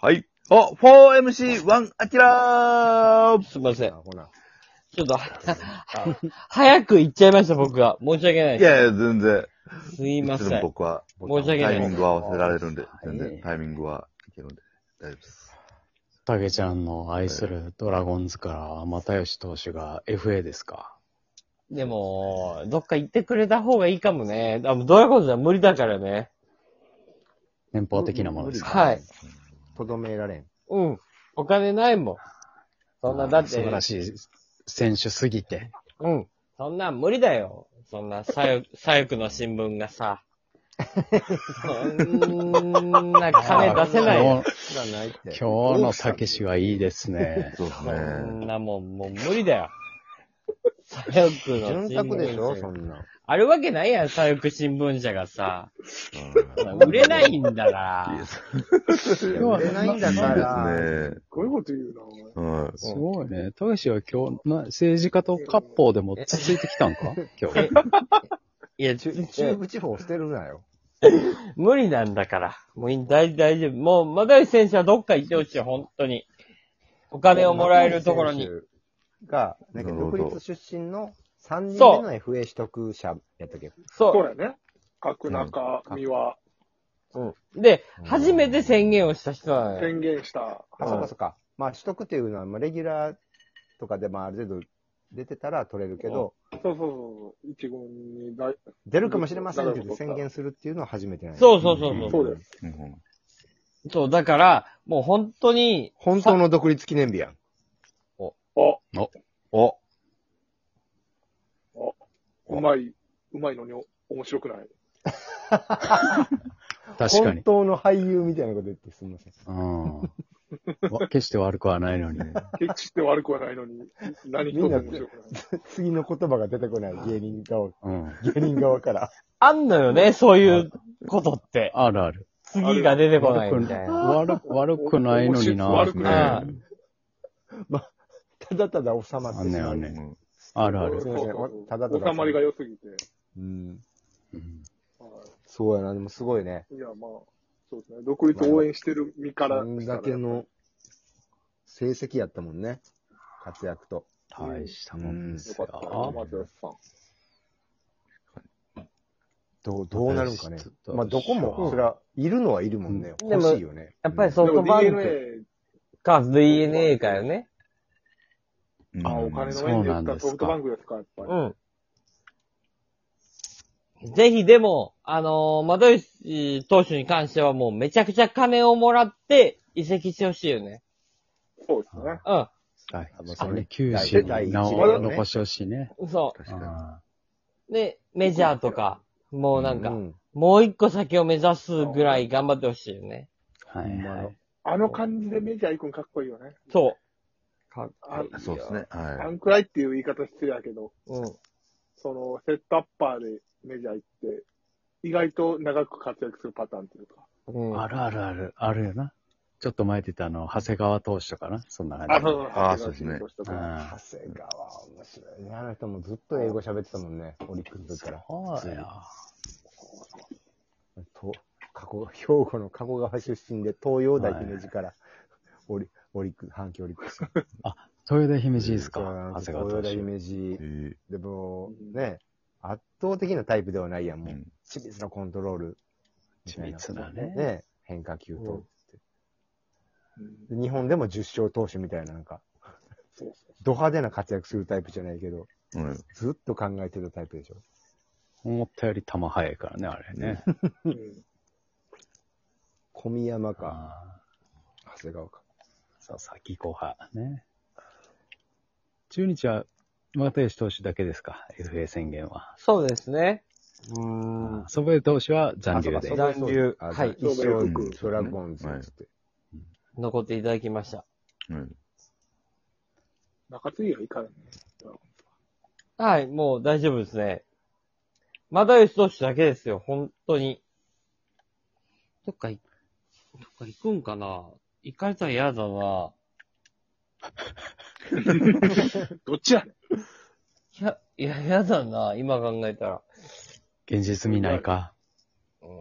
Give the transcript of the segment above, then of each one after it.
はい。あ、4MC1 アキラーすいません。ほら。ちょっと、 早く行っちゃいました、僕が。申し訳ないいでやいや、全然。す。すいまいつせもん。僕は申し訳タないイミングは合わせられるんで、はい全然タイミングはいけるんで、大丈夫です。たけちゃんの愛するドラゴンズから又吉投手が FA ですか。でも、どっか行ってくれた方がいいかもね。あもうドラゴンズは無理だからね。年俸的なものですか。はい。とどめられん。うん。お金ないもん。そんな、だって、素晴らしい選手すぎて。うん。そんなん無理だよ。そんな左翼、 左翼の新聞がさ。そんな金出せ ないよ。今日知らないって。今日のたけしはいいです ね。そうですそんね。なもん、もう無理だよ。左翼の潤新沢でしょ聞そ社。んなん。あるわけないやん、左翼新聞社がさ。うん売れないんだから。いいです今売れないんいいだかですら。ね。こういうこと言うな、お前。はすごいね。たけしは今日な、政治家と割烹でもつついてきた んか今日。いや、中中部地方捨てるなよ。無理なんだから。もういい大大丈夫。もう、まだい選手はどっか行ってほしい、本当に。お金をもらえるところに。。が、なんかなるほ独ど立出身の3人そう目の FA 取得者やったっけそそうだよね。角中、三輪、う。で、初めて宣言をした人なのよ。宣言した。あ、そうかそうか。まあ、取得っていうのは、まあ、レギュラーとかで、まあ、ある程度出てたら取れるけど、そうそうそう。一軍に大、出るかもしれませんって言って宣言するっていうのは初めてない。そうそうそうそう。そうです。いうんそう、だから、もう本当に、本当の独立記念日やん。あ、おうまい、うまいのに面白くない。確か本に。当の俳優みたいなこと言ってすみません。 うん。わ決して悪くはないのに。決して悪くはないのに、何一つ面白くない。次の言葉が出てこない芸人側、うん。芸人側から。あんのよね、そういうことって。あるある。次が出てこない悪みくたいな。悪く悪くないのにな。悪くなういん。ただただ収まってしまあう。うんねやんねんあるあそうる。そうすいませんただただ収まりが良すぎて。うん。うんはそうやな、でもすごいね。いいや、まあ、そうですね。独立応援してる身からこんしただら。けの成績やったもんね。活躍と。大したもんですよかよった。。松田さん。どう、どうなるんかねどうでし。ょうまあ、どこも、それはいるのはいるもんね。うんでも欲しいよね。やっぱりソでフトもバン DNA ク、か DNA かよね。うんあ、お金のそう面でな言んったですらかソフトバンクですか、やっぱり。うん。ぜひでも、あのー、窓吉投手に関してはもうめちゃくちゃ金をもらって移籍してほしいよね。そうですね。うん。はいあもう。そそれれ、九死に名を残してほしいね。そ確かに。あう。で、メジャーとか、もうなんか、うんもう一個先を目指すぐらい頑張ってほしいよね。ーはいはい。あの感じでメジャー行くんかっこいいよね。そう。かっあそうですね。あはんくらいっていう言い方失礼やけど、うん。その、セットアッパーでメジャー行って、意外と長く活躍するパターンっていうか。うん、あるあるある、あるよな。ちょっと前出たあの、長谷川投手とかな。そんなあ、感じそうそう、あそうですねうん。長谷川、面白いね。あの人もずっと英語喋ってたもんね。オリックスから。そうや。と、加古、兵庫の加古川出身で、東洋大姫路から、オリ、オリック、阪急オリックス。豊田姫路ですかそうなんです長谷川投東洋大手。姫路い。え。ーでもう、んね、圧倒的なタイプではないやん、うもう。ん緻密なコントロール。みたい緻密なねね。変化球うとん。うんで日本でも10勝投手みたいな、なんか、そうそうド派手な活躍するタイプじゃないけど、うんずっと考えてるタイプでしょ。思ったより球速いからね、あれね。うん小宮山か、あ長谷川か。ーそう、先後派。ね。中日は、又吉投手だけですか ?FA 宣言は。そうですね。うーん。祖父江投手は残留であ。残留あはい一う生んドラゴンズっつって。残っていただきました。うん。中継ぎはいいからね。はい、もう大丈夫ですね。まだ吉投手だけですよ、本当に。どっか行、どっか行くんかな行かれたら嫌だな。どっちやねん。いや、いや、嫌だな、今考えたら。現実見ないか。うーん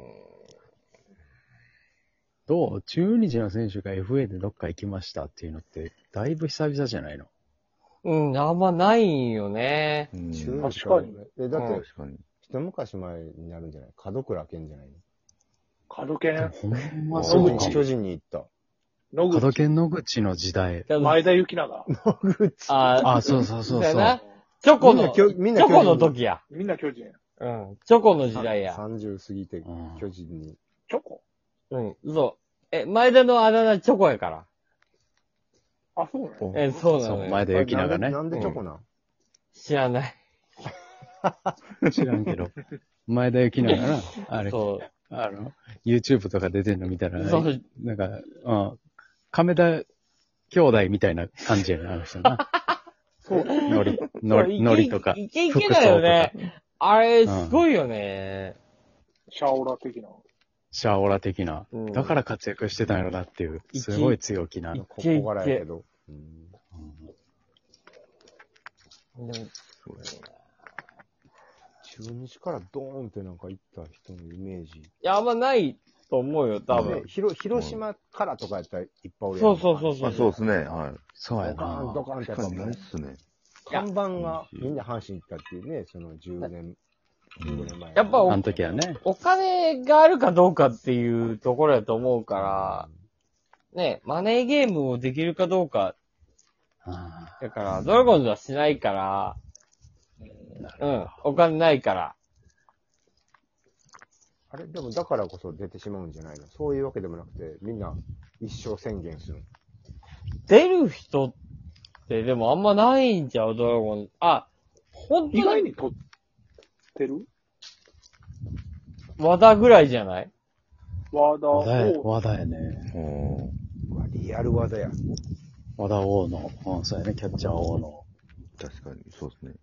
どう中日の選手が FA でどっか行きましたっていうのって、だいぶ久々じゃないのうん、あんまないんよね。うん中確日かに。え、だって、確かに。一昔前になるんじゃない門倉健じゃない角剣、ほんまのそそうう野か口巨人に行った。野門口、剣野口の時代。前田幸永。野口。ああ、そうそうそうだよそう。なチョコの、チョみんな巨コの時や。みんな巨人。うん、チョコの時代や。 30過ぎてうん巨人に。チョコうん、嘘。え、前田のあだ名チョコやから。あ、そうなのえ、そうなそのう、よ前田幸永あねれな。んでなんでチョコなん知らない。知らんけど。前田幸永な。あれ、そあの、YouTube とか出てんの見たらう。、そう、なんか、うん。亀田兄弟みたいな感じやな、あの人な。そう。ノリ、ノリ、ノリとか。いけいけだよね。あれ、すごいよね。シャオラ的な。シャオラ的なうん。だから活躍してたんやろなっていう、一すごい強気な。いこけいけこからやけど。うんでもそうや中日からドーンってなんか行った人のイメージ。いや、あんまないと思うよ、多う分ね。広広島からとかやったらいっぱいおるやそんうそうそうそう。あ、そうですね。はい。そうやドカーン、ドな。カーンってやっ確かぱにもないっう、すね。看板がみんな阪神行ったっていうね、その10年、15年前。やっぱあの時はね。お金があるかどうかっていうところやと思うから、ね、マネーゲームをできるかどうか、あだから、ドラゴンズはしないから、うん、お金ないから。あれ、でもだからこそ出てしまうんじゃないのそういうわけでもなくて、みんな一生宣言するの。出る人って、でもあんまないんちゃう、ドラゴンズ。あ、本意当外にに取ってる和田ぐらいじゃないワーダーあ。和田や、を、和田やね。おうわ、リアル技や。和田王の。うん、そうやね。キャッチャー王の。確かに、そうですね。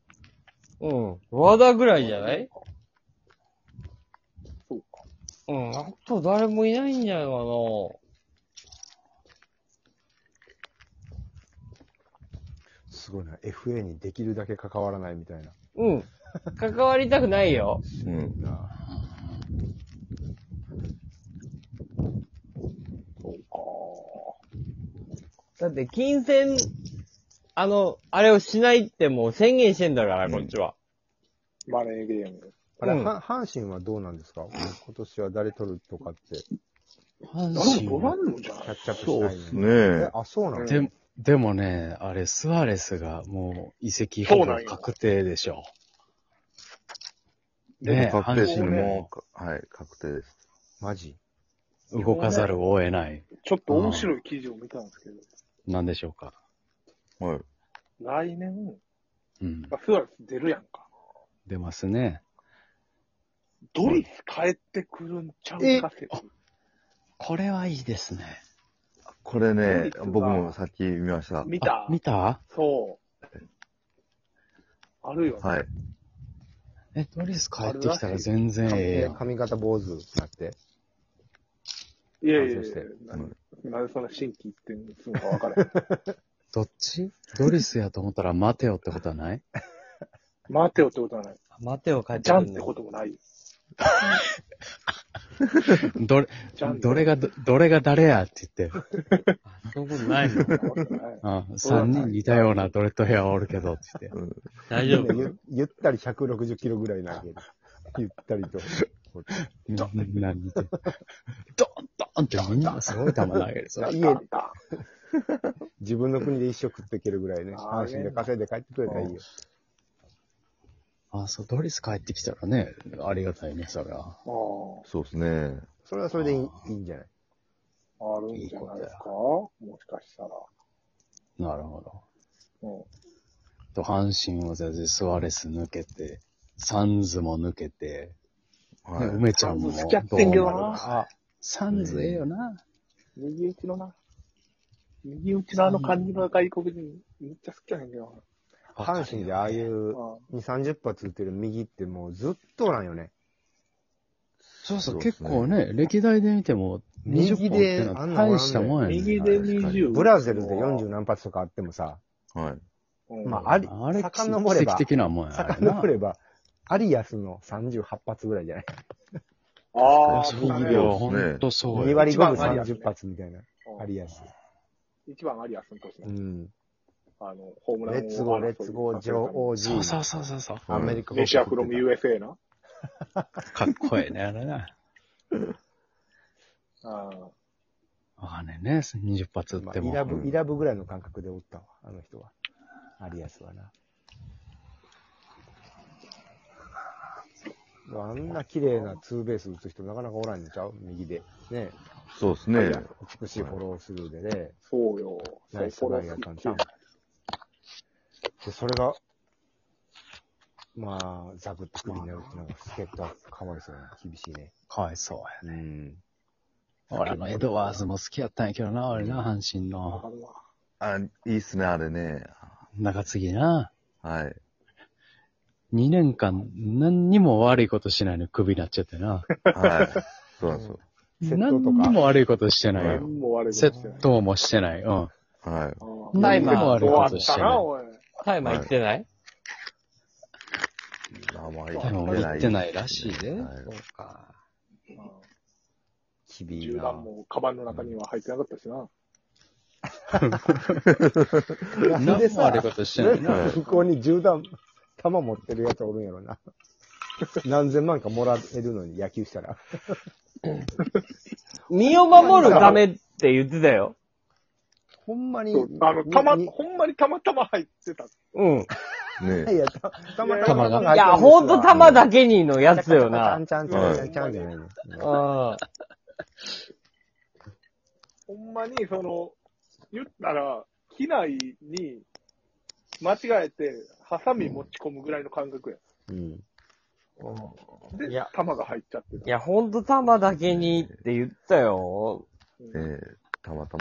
うん。和田ぐらいじゃないそうか。うん。あと誰もいないんじゃないかな。すごいな。FA にできるだけ関わらないみたいな。うん。関わりたくないよ。うん。なだって、金銭、あの、あれをしないってもう宣言してんだから、うんこっちは。マネーゲーム。あれ、うんは阪神はどうなんですか今年は誰取るとかって、キ阪誰も取らはんのじゃないャッチアップしそうないですのねえ。あ、そうなのでで、でもね、あれ、スアレスがもう移籍そほうなぼんよ確定でしょ。でねも確定ですね。阪神もう、はい、確定です。マジ動かざるを得ない。ちょっと面白い記事を見たんですけど、なんでしょうか。はい。来年、うん。まあスアレス出るやんか。出ますね。ドリス帰ってくるんちゃうか説。これはいいですね。これねドリフが、僕もさっき見ました。見あた見たそう。あるよね。はい。え、ドリス帰ってきたら全然ええやん。髪型坊主になって。いやいやいやあそうしてなんでなんでそんな新規一点にするのか分からへん。 どっちドリスやと思ったら待てよってことは ない待てよってことはない。待てよ、帰ってじゃくんっるてのこともないよ。どれ、じゃんってどれがど、どれが誰やって言って。あそういうことないのあ三人似たようなドレッドヘアおるけどって言って。大み丈んな夫。ゆゆったり160キロぐらい投げる。 ゆったりと。みんな似て。ドンドンってみんなすごい球投げる。それ家だ。 自分の国で一生食っていけるぐらいね。あー阪神で稼いで帰ってくれたらいいよ。あ、そう、ドリス帰ってきたらね、ありがたいね、それは。ああ、そうですね。それはそれでいいいいんじゃないあるんじゃないですかもしかしたら。なるほど。うん。と、阪神は全然スワレス抜けて、サンズも抜けて、はい。ね梅ちゃんもサンズ好きやってんけどなどうるかサンズええよな。右打ちのな。右打ちのあの感じの外国人、めっちゃ好きやねんけど阪神でああいううな。 2、30発打ってる右ってもうずっとなんよね。そうそそう、うっすね結構ね、歴代で見ても、20本右っでてのは大したもんうやんね。右で20。ブラゼルで40何発とかあってもさ、はい。うん。まあ、あり、あれ、遡奇れ跡ば、的なもんや。あれな遡れば、アリアスの38発ぐらいじゃないああ、そうだよ、ねほんとそう2よ。割5分一番ありやすね30発みたいな。ありやす。一番アリアスの年うね。ん。あの、ホームランレッツゴー、レッツゴー、ジョー・オージー。そうそうそうそうそう。アメリカメシアフロム USA な。かっこええね、あれな。あわかんないね、20発撃まっあ、ても。イラブ、うんイラブぐらいの感覚でおったわ、あの人は。アリアスはな。あんな綺麗なツーベース打つ人なかなかおらんのちゃう右で。ねそうですね。美しいフォロースルーでね。そうよ。ナイストライやったんちゃうそうで、それが、まあ、ザク作りになるっていうのが、助っ人はかわいそうな、厳しいね。かわいそうや。うん。俺あのエドワーズも好きやったんやけどな、俺な、阪神わかの。るわ。あ、いいっすね、あれね。中継ぎな。はい。 2年間何にも悪いことしないのクビになっちゃってな。はい。そうなんですよ。窃盗と何にかも悪いことしてないよ。何も悪いことしてな窃い。盗もしてない。うん。はい。あタイマーあ終わったな、おい。タイマー行ってない名前でも言ってないらしいで。はそうか。厳しい銃な。弾もカバンの中には入ってなかったしな。なんで何もさ悪い、ことしてなないんかな。向こうに銃弾、弾持ってるやつおるんやろな。 何千万かもらえるのに野球したら。身を守るためって言ってたよ。ほんまにそう。あの、たま、ににほんまにたまたま入ってた。うん。い。いねや、たたま弾たまがいや、ほんとま玉だけにのやつよな。ちゃんちゃんちゃんちゃんちゃんじゃないの。うん。ほんまに、その、言ったら、機内に間違えて、ハサミ持ち込むぐらいの感覚や。うん。でいや、弾が入っちゃってたい。や、ほんと玉だけにって言ったよ。えーたまたま